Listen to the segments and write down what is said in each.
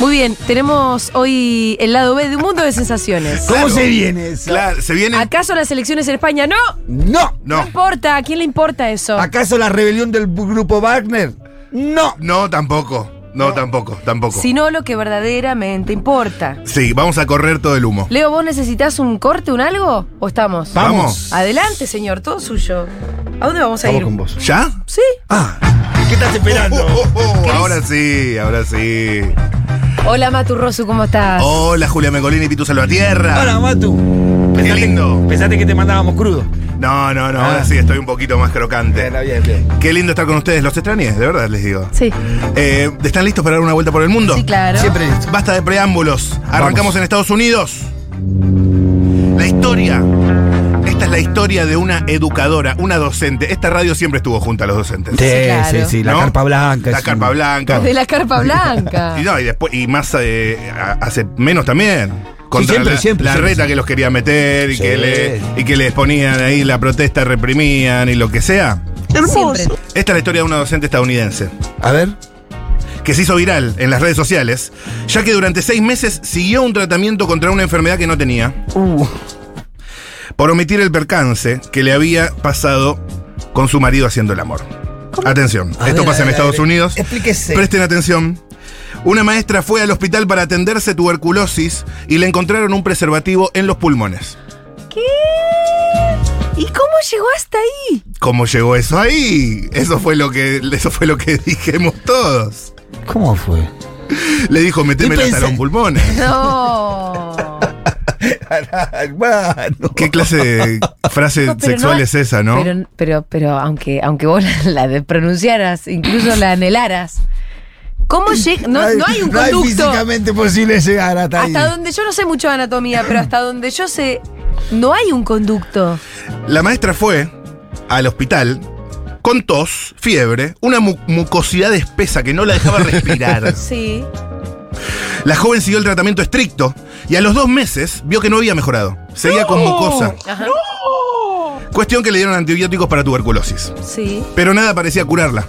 Muy bien, tenemos hoy el lado B de un mundo de sensaciones. ¿Cómo Claro. se viene Ah, eso? Claro, se viene. ¿Acaso las elecciones en España? ¡No! No. No No, importa, ¿a quién le importa eso? ¿Acaso la rebelión del grupo Wagner? No. no, tampoco. No, tampoco, tampoco. Sino lo que verdaderamente importa. Sí, vamos a correr todo el humo. Leo, ¿vos necesitas un corte, un algo? ¿O estamos? Vamos. Adelante, señor, todo suyo. ¿A dónde vamos a Vamos ir? con vos. ¿Ya? Sí. Ah, ¿qué estás esperando? Oh, oh, ¿Querés? ahora sí, ahora sí. Hola, Maturroso, ¿cómo estás? Oh. Hola, Julia Mecolini y Pitu Salvatierra. Hola, Matu. Qué Pensaste- lindo. Pensaste que te mandábamos crudo. No, no, no, Ah. ahora sí estoy un poquito más crocante. Bueno, bien, bien. Qué lindo estar con ustedes. Los extrañé, de verdad les digo. Sí. Eh, ¿Están listos para dar una vuelta por el mundo? Sí, claro. Siempre listo. Basta de preámbulos. Arrancamos Vamos. en Estados Unidos. La historia. Esta es la historia de una educadora, una docente. Esta radio siempre estuvo junto a los docentes. Sí, claro. sí, sí, la ¿No? carpa blanca. La es carpa un- blanca. De la carpa blanca. Y no, y después, y más eh, a- hace menos también. Contra siempre, la, siempre, la siempre, reta siempre. que los quería meter y, Sí. que le, y que les ponían ahí la protesta, reprimían y lo que sea. Siempre. Esta es la historia de una docente estadounidense A ver. que se hizo viral en las redes sociales, ya que durante seis meses siguió un tratamiento contra una enfermedad que no tenía. Uh, por omitir el percance que le había pasado con su marido haciendo el amor. Atención, A esto ver, pasa a en ver, a Estados ver. Unidos. Explíquese. Presten atención. Una maestra fue al hospital para atenderse tuberculosis y le encontraron un preservativo en los pulmones. ¿Y cómo llegó hasta ahí? ¿Cómo llegó eso ahí? Eso fue lo que, eso fue lo que dijimos todos. ¿Cómo fue? Le dijo, metémela hasta pensé- los pulmones. No. Hermano. ¿Qué clase de frase No, pero sexual no- es esa, no? Pero, pero, pero aunque, aunque vos la, la de- pronunciaras, incluso la anhelaras, ¿cómo llega? No, no hay un No hay conducto. físicamente posible llegar hasta, ahí. hasta donde yo no sé mucho de anatomía, pero hasta donde yo sé, no hay un conducto. La maestra fue al hospital con tos, fiebre, una mu- mucosidad espesa que no la dejaba respirar. Sí. la joven siguió el tratamiento estricto y a los dos meses vio que no había mejorado. Seguía con mucosa. Ajá. Cuestión que le dieron antibióticos para tuberculosis. Sí. Pero nada parecía curarla.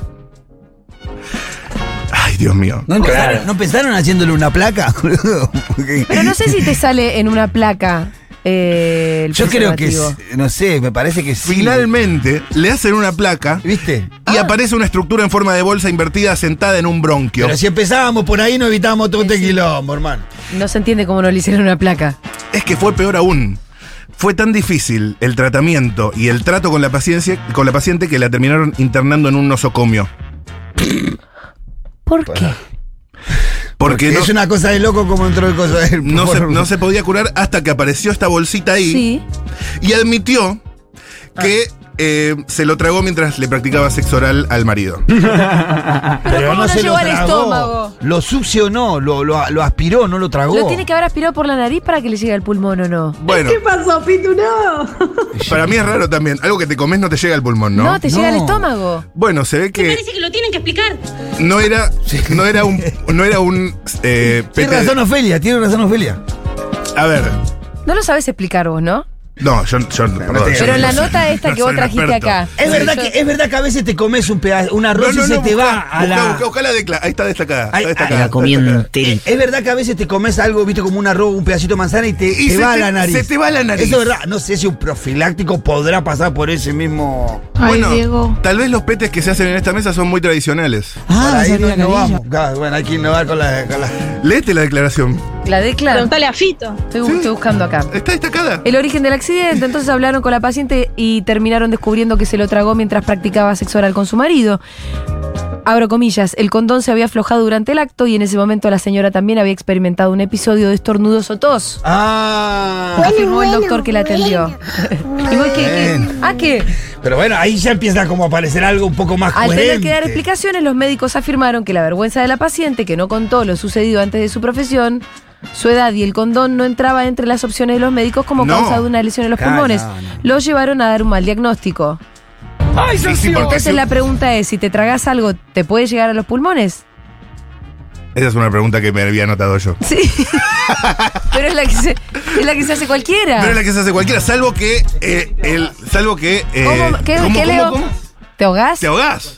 Ay, Dios mío. ¿No, empezaron, ¿No empezaron haciéndole una placa? boludo? Porque- Pero no sé si te sale en una placa eh, el Yo creo que, preservativo. s- no sé, me parece que sí. Finalmente le hacen una placa ¿Viste? y aparece una estructura en forma de bolsa invertida sentada en un bronquio. Pero si empezábamos por ahí, no evitábamos todo este quilombo, hermano. No se entiende cómo no le hicieron una placa. Es que fue peor aún. Fue tan difícil el tratamiento y el trato con la, paciencia, con la paciente que la terminaron internando en un nosocomio. ¿Por qué? Porque, no, es una cosa de loco como entró el coso del no se, por- no se podía curar hasta que apareció esta bolsita ahí Sí. y admitió que eh, se lo tragó mientras le practicaba sexo oral al marido. Pero ¿cómo no se llegó lo al tragó. estómago? Lo succionó, lo, lo, lo aspiró, no lo tragó. ¿Lo tiene que haber aspirado por la nariz para que le llegue al pulmón o no? Bueno, ¿Qué pasó, Pitu? No. para mí es raro también. Algo que te comes no te llega al pulmón, ¿no? No, te llega al No. estómago. Bueno, se ve que Parece que lo tienen que explicar. no era, no era un, no era un eh, Tiene pete- razón Ofelia, tiene razón Ofelia. A ver, No lo sabes explicar vos, ¿no? no, yo, yo- perdón, te- yo Pero no la soy- nota esta no que vos soy un trajiste experto. acá. Es, Sí. verdad Yo- que, es verdad que a veces te comes un pedazo, un arroz y se buscá, te va a buscá, la... buscá, buscá la de cla- Ahí está destacada. Ay, está destacada, ay, la está comí destacada. enterita. Es verdad que a veces te comes algo, viste, como un arroz, un pedacito de manzana y te, Y te se va a te- la nariz. se te va a la nariz. Eso es verdad. No sé si un profiláctico podrá pasar por ese mismo. Bueno, tal vez los petes que se hacen en esta mesa son muy tradicionales. Ah, por ahí no, no vamos. Claro, Bueno, hay que innovar con la. Con la... Léete la declaración. La declara. Preguntale a Fito. Estoy, Sí. estoy buscando acá. Está destacada. El origen del accidente, entonces hablaron con la paciente y terminaron descubriendo que se lo tragó mientras practicaba sexo oral con su marido. Abro comillas, el condón se había aflojado durante el acto y en ese momento la señora también había experimentado un episodio de estornudos o tos. Ah. Afirmó el doctor que la atendió. ¿Y vos qué- qué? Bueno. ¿Ah, qué? Pero bueno, ahí ya empieza como a aparecer algo un poco más Al coherente. tener que dar explicaciones, los médicos afirmaron que la vergüenza de la paciente, que no contó lo sucedido antes de su profesión, su edad y el condón no entraba entre las opciones de los médicos como No. causa de una lesión en los Claro, pulmones. no, no. Los llevaron a dar un mal diagnóstico. Sí, sí, porque Entonces si- la pregunta es, si te tragas algo, ¿te puede llegar a los pulmones? Esa es una pregunta que me había anotado yo. Sí. Pero es la que se, es la que se hace cualquiera. Pero es la que se hace cualquiera, salvo que. eh, el, salvo que. eh, ¿Cómo, qué, ¿cómo, qué, cómo, Leo? cómo? ¿Te ahogás? Te ahogás.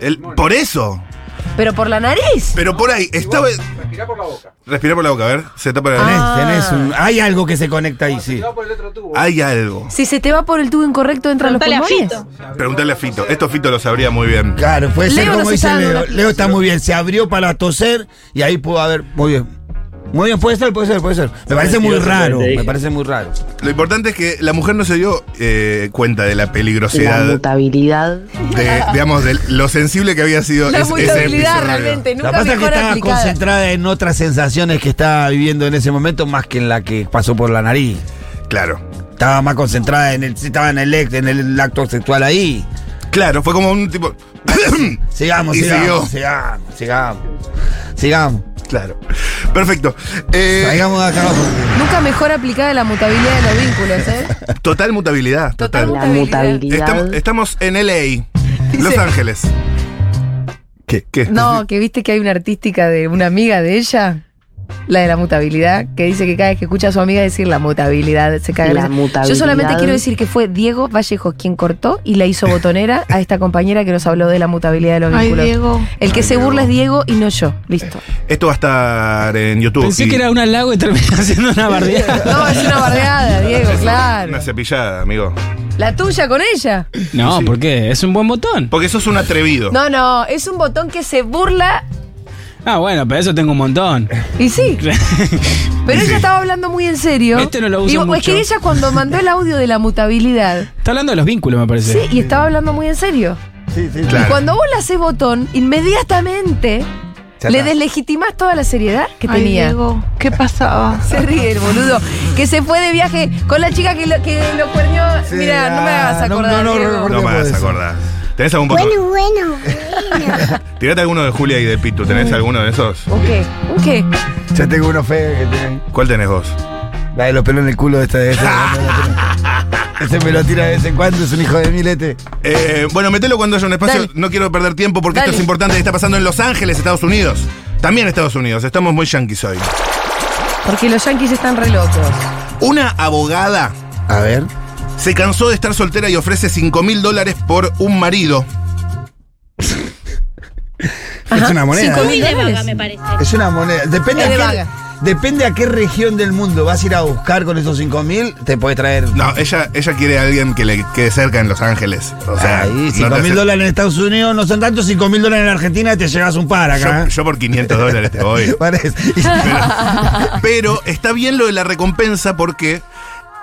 El- por eso. Pero por la nariz. Pero por ahí, estaba. Respirá por la boca. Respira por la boca, a ver. Se tapa la Tenés, nariz. Ah. tenés un- hay algo que se conecta ahí, sí. Respirá por el otro tubo. Hay algo. Si se te va por el tubo incorrecto, entra a los Preguntale a pulmones. Fito. Preguntale a Fito. Esto Fito lo sabría muy bien. Claro, puede ser Leo como nos dice está dando Leo. una- Leo está muy bien. Se abrió para toser y ahí pudo haber. Muy bien. Muy bien, puede ser, puede ser, puede ser. Me parece muy raro. Me parece muy raro. Lo importante es que la mujer no se dio eh, cuenta de la la peligrosidad, mutabilidad. de, digamos, de lo sensible que había sido La es- ese vulnerabilidad episodio. realmente, La nunca pasa es que mejor estaba aplicada. concentrada en otras sensaciones que estaba viviendo en ese momento más que en la que pasó por la nariz. Claro. Estaba más concentrada en el. Estaba en el, act- en el acto sexual ahí. Claro, fue como un tipo. Sigamos, Y sigamos, siguió. sigamos, sigamos. Sigamos. claro. Perfecto. Eh, Salgamos de acá abajo. Nunca mejor aplicada la mutabilidad de los vínculos, ¿eh? total mutabilidad. Total Total. La mutabilidad. Estamos, estamos en LA, Los Ángeles. ¿Qué? ¿Qué? No, que viste que hay una artística de una amiga de ella, la de la mutabilidad, que dice que cada vez que escucha a su amiga decir la mutabilidad, se caga La risa. mutabilidad. Yo solamente quiero decir que fue Diego Vallejos quien cortó y la hizo botonera a esta compañera que nos habló de la mutabilidad de los Ay, vínculos. Diego. El que Ay, se Diego. burla es Diego y no yo. Listo. Esto va a estar en YouTube. Pensé y- que era un halago y terminé haciendo una bardeada. No, es una bardeada, Diego, claro. Una cepillada, amigo. La tuya con ella. No, ¿por qué? Es un buen botón. Porque sos un atrevido. No, no, es un botón que se burla Ah, bueno, pero eso tengo un montón. y sí. Pero ella estaba hablando muy en serio. Este no lo uso Y Es mucho. que ella cuando mandó el audio de la mutabilidad, Está hablando de los vínculos, me parece. Sí, y estaba hablando muy en serio. Y Claro. cuando vos le hacés botón, inmediatamente le deslegitimás toda la seriedad que Ay, tenía. Diego, ¿qué pasaba? Se ríe el boludo. Que se fue de viaje con la chica que lo, que lo cuernió. Sí, Mira, no me hagas ah, no, acordar. no, no, Diego. no, No me Recordemos vas a eso. acordar. ¿Tenés algún poco? Bueno, bueno, Tirate alguno de Julia y de Pitu. ¿Tenés alguno de esos? ¿Un qué? ¿Un qué? Ya tengo uno feo que tiene. ¿Cuál tenés vos? La de los pelos en el culo esta de ese. ese me lo tira de vez en cuando, es un hijo de este. milete. Eh, bueno, metelo cuando haya un espacio. Dale. No quiero perder tiempo porque Dale. esto es importante. Está pasando en Los Ángeles, Estados Unidos. También Estados Unidos. Estamos muy yanquis hoy. Porque los yankees están re locos. Una abogada A ver. se cansó de estar soltera y ofrece 5 mil dólares por un marido. Es una moneda. Cinco ¿eh? mil. Muy de vaga, dólares. me parece. Es una moneda. Depende, Es de a qué, vaga. depende a qué región del mundo vas a ir a buscar con esos 5 mil, te puedes traer. No, ella, ella quiere a alguien que le quede cerca en Los Ángeles. O sea, no Ahí, te 5 mil hace- dólares en Estados Unidos no son tantos, 5 mil dólares en Argentina te llevas un par acá. Yo, yo por 500 dólares te voy. ¿eh? Parece. Ah. Pero está bien lo de la recompensa porque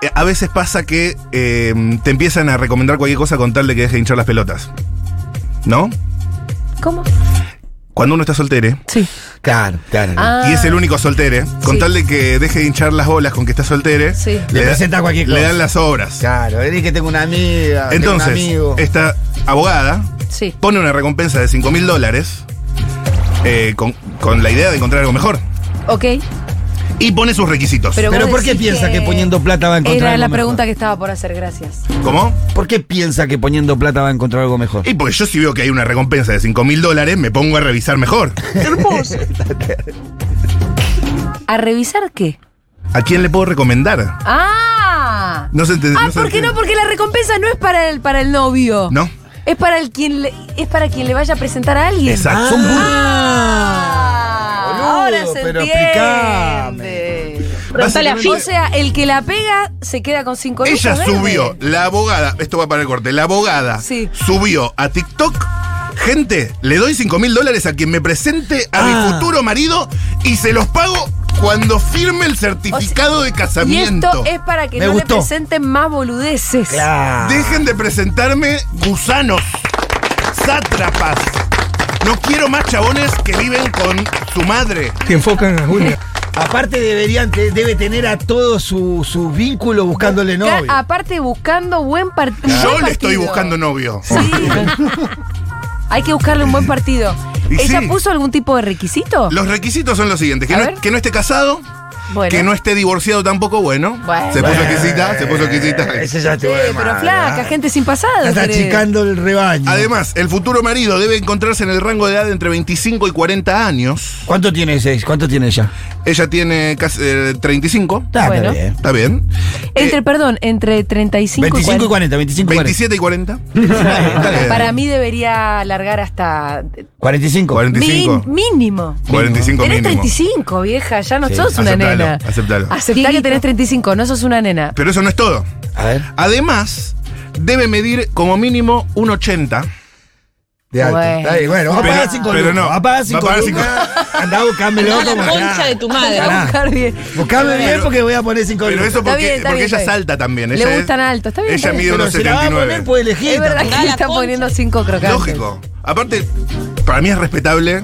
eh, a veces pasa que eh, te empiezan a recomendar cualquier cosa con tal de que deje de hinchar las pelotas. ¿No? ¿Cómo? Cuando uno está soltere Sí. Claro, claro. Ah, y es el único soltere, con Sí. tal de que deje de hinchar las bolas con que está soltere, Sí. Le presenta cualquier le cosa. dan las obras. Claro, vení que tengo una amiga, Entonces, tengo un amigo. esta abogada Sí. pone una recompensa de 5 mil dólares eh, con, con la idea de encontrar algo mejor. Ok. Y pone sus requisitos. Pero, Pero vos ¿por qué decís piensa que poniendo plata va a encontrar Era algo la mejor? pregunta que estaba por hacer, gracias. ¿Cómo? ¿Por qué piensa que poniendo plata va a encontrar algo mejor? Y porque yo si veo que hay una recompensa de 5 mil dólares, me pongo a revisar mejor. ¿A revisar qué? ¿A quién le puedo recomendar? ¡Ah! No se ente- Ah, no se ¿por qué entiende. no? Porque la recompensa no es para el, para el novio. No. Es para el quien le, es para quien le vaya a presentar a alguien. Exacto. Son burros. Ah, Boludo, ahora se pero entiende. explicame. Preguntale a O Fito. sea, el que la pega se queda con cinco Ella lucas subió, verdes. la abogada, esto va para el corte, la abogada Sí. subió a TikTok. Gente, le doy 5 mil dólares a quien me presente a mi Ah. futuro marido y se los pago cuando firme el certificado de Y casamiento. esto es para que Me no gustó. le presenten más boludeces. Claro. Dejen de presentarme gusanos, sátrapas. No quiero más chabones que viven con su madre. Que enfocan a Julia. Aparte deberían, te- debe tener a todos sus su vínculos buscándole Ca- novio. Aparte, buscando buen, par- un buen Yo partido. le estoy buscando novio. Sí. Hay que buscarle un buen partido. Y ¿Ella sí. puso algún tipo de requisito? Los requisitos son los siguientes: que, A no, ver. que no esté casado, Bueno. Que no esté divorciado tampoco, bueno. Bueno. Se puso exquisita, se puso exquisita. Eh, Ese ya te Sí, va de pero mal, flaca, ¿verdad? gente sin pasado. Ya Está querés. achicando el rebaño. Además, el futuro marido debe encontrarse en el rango de edad de entre 25 y 40 años. ¿Cuánto tiene ese? ¿Cuánto tiene ella? Ella tiene casi eh, 35. Está, Bueno. bien. Está bien. Entre, perdón, entre 35 y 25 y 40. 40, 25 y 40. 27 y 40. Está bien. Para mí debería alargar hasta 45. 45. min- mínimo. 45 Tenés mínimo. 35, vieja, ya no sos una Aceptalo, nena. aceptalo. Aceptá que tenés 35, no sos una nena. Pero eso no es todo. A ver. Además, debe medir como mínimo 1,80. De alto. Bueno. Está bien, bueno, va a Pero- pagar 5 pero no. Va a pagar 5 Va a pagar Andá, buscámelo Andá a la como concha está. de tu madre. Andá a buscar bien. Buscame bien Pero- porque voy a poner 5 Pero eso Está porque, bien, está porque bien, ella está bien. salta también. Le Ella es- gustan altos, está bien, está Ella bien. mide Pero si la va a poner, 1,79. puede elegir. Es verdad Andá a que la está concha. poniendo 5 crocantes. Lógico. Aparte, para mí es respetable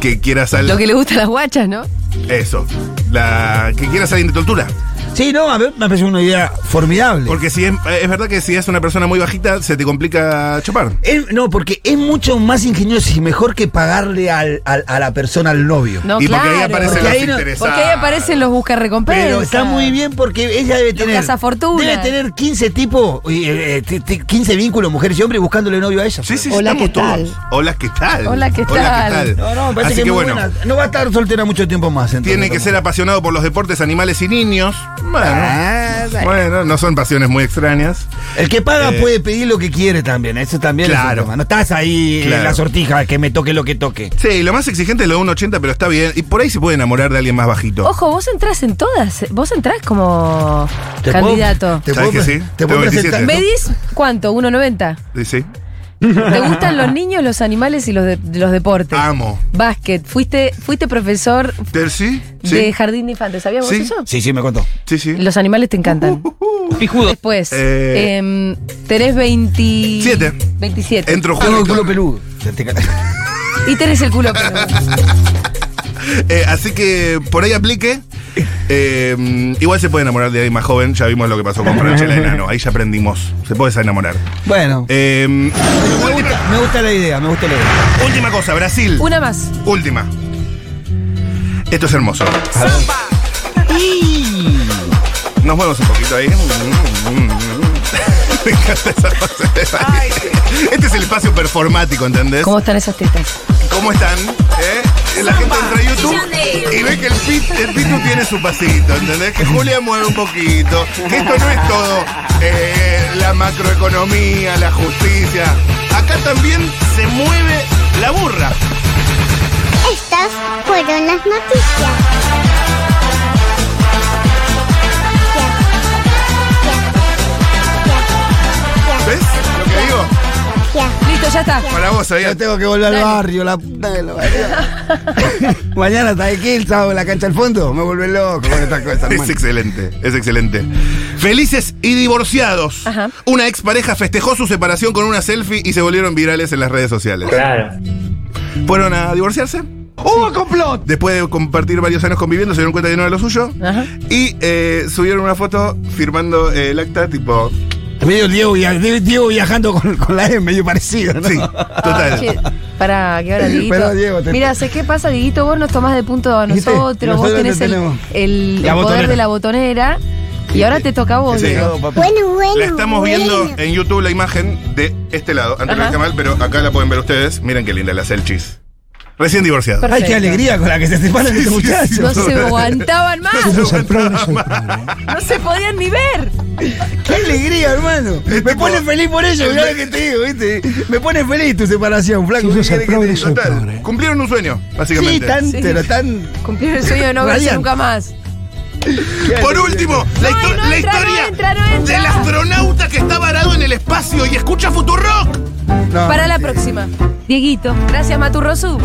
que quiera Lo salir. que le gusta a las guachas, ¿no? Eso. La, que quiera salir de tortura. Sí, no, a ver, me parece una idea formidable. Porque si es, es verdad que si es una persona muy bajita, se te complica chupar. Es- no, porque es mucho más ingenioso y mejor que pagarle al, al- a la persona, al novio. No, y porque ahí claro. aparecen Porque los ahí no- Porque ahí aparecen los buscarrecompensas. Pero está muy bien porque ella debe tener. cazafortunas. Debe tener 15 tipos, eh, eh, t- t- 15 vínculos, mujeres y hombres, buscándole novio a ella. Sí, sí, sí, Hola, estamos ¿qué tal? todos. Hola, ¿qué tal? Hola, ¿qué tal? No, no, me parece Así que, que, es muy bueno, buena. No va a estar soltera mucho tiempo más. entonces, tiene que tampoco. ser apasionado por los deportes, animales y niños. Bueno, Ah, bueno. bueno, no son pasiones muy extrañas. El que paga Eh, puede pedir lo que quiere también, eso también es Claro. un tema. No estás ahí en Claro. la sortija, que me toque lo que toque. Sí, lo más exigente es lo de 1,80, pero está bien. Y por ahí se puede enamorar de alguien más bajito. Ojo, vos entrás en todas. eh, Vos entrás como puedo- candidato. te ¿Sabes puedo- que sí? Te Tengo puedo 27. presentar. ¿Medís cuánto? ¿1,90? Sí, sí. ¿Te gustan los niños, los animales y los, de- los deportes? Amo. Básquet. Fuiste, fuiste profesor ¿Ter- Sí, de sí. jardín de infantes. ¿Sabías Sí. vos eso? Sí, Uh, sí, me contó. Sí, sí. Los animales te encantan. Pijudo. Después, Eh, em, tenés 20... Siete. 27. Entro Tengo el justo. Ah, culo peludo. Ya te ca- Y tenés el culo peludo. Eh, así que por ahí aplique. Eh, mm, igual se puede enamorar de alguien más joven. Ya vimos lo que pasó con Franchella Enano. Ahí ya aprendimos. Se puede enamorar. Bueno, Eh, me gusta, me gusta la idea, me gusta la idea. última cosa, Brasil. Una más. Última. Esto es hermoso. Nos movemos un poquito ahí. Me encanta esa cosa. Este es el espacio performático, ¿entendés? ¿Cómo están esas tetas? ¿Cómo están? ¿Eh? La gente entra a YouTube y ve que el, pit, el Pitu tiene su pasito, ¿entendés? Que Julia mueve un poquito. Que esto no es todo eh, la macroeconomía, la justicia. Acá también se mueve la burra. Estas fueron las noticias. ¿Ves lo que digo? Listo, ya está. Para vos, Yo ahí. tengo que volver al Dale. barrio, la puta que lo parió. Mañana está aquí, el sábado en la cancha al fondo. Me vuelve loco con estas cosas. Es hermano. excelente, es excelente. Felices y divorciados. Ajá. Una expareja festejó su separación con una selfie y se volvieron virales en las redes sociales. Claro. ¿Fueron a divorciarse? ¡Hubo complot! Después de compartir varios años conviviendo, se dieron cuenta que no era lo suyo. Ajá. Y eh, subieron una foto firmando eh, el acta, tipo. Medio Diego, via- Diego viajando con, con la M, medio parecido, ¿no? Sí, Che, total. Pará, que ahora Dieguito. Pará, Diego, te- Mira, sé qué pasa, Dieguito? Vos nos tomás de punto a ¿Viste? nosotros, vos Nosotros tenés te el, tenemos. el- el La poder botonera. de la botonera. Y ahora te toca a vos, Sí. Diego. Bueno, bueno. La estamos viendo bueno. en YouTube la imagen de este lado. Antes lo Ajá. dije mal, pero acá la pueden ver ustedes. Miren qué linda la selchis. Recién divorciados. Ay, qué Perfecto. alegría con la que se este separan estos muchachos. No se aguantaban más, Eso es el pro, no es el pro, ¿no? no se podían ni ver. ¡Qué alegría, hermano! Me tipo- pone feliz por ello, mirá lo que te digo, ¿viste? Me pone feliz tu separación, flaco. ¿qué querés que te diga? Total, cumplieron un suño, ¿eh? Sí, básicamente. tan, Sí. pero tan. Cumplieron el sueño de no verse Radiante. nunca más. Por último, la, No, histo- no la entra, no historia entra, no entra. del astronauta que está varado en el espacio y escucha Futurock. No. Para la próxima. Dieguito, gracias Maturrosu.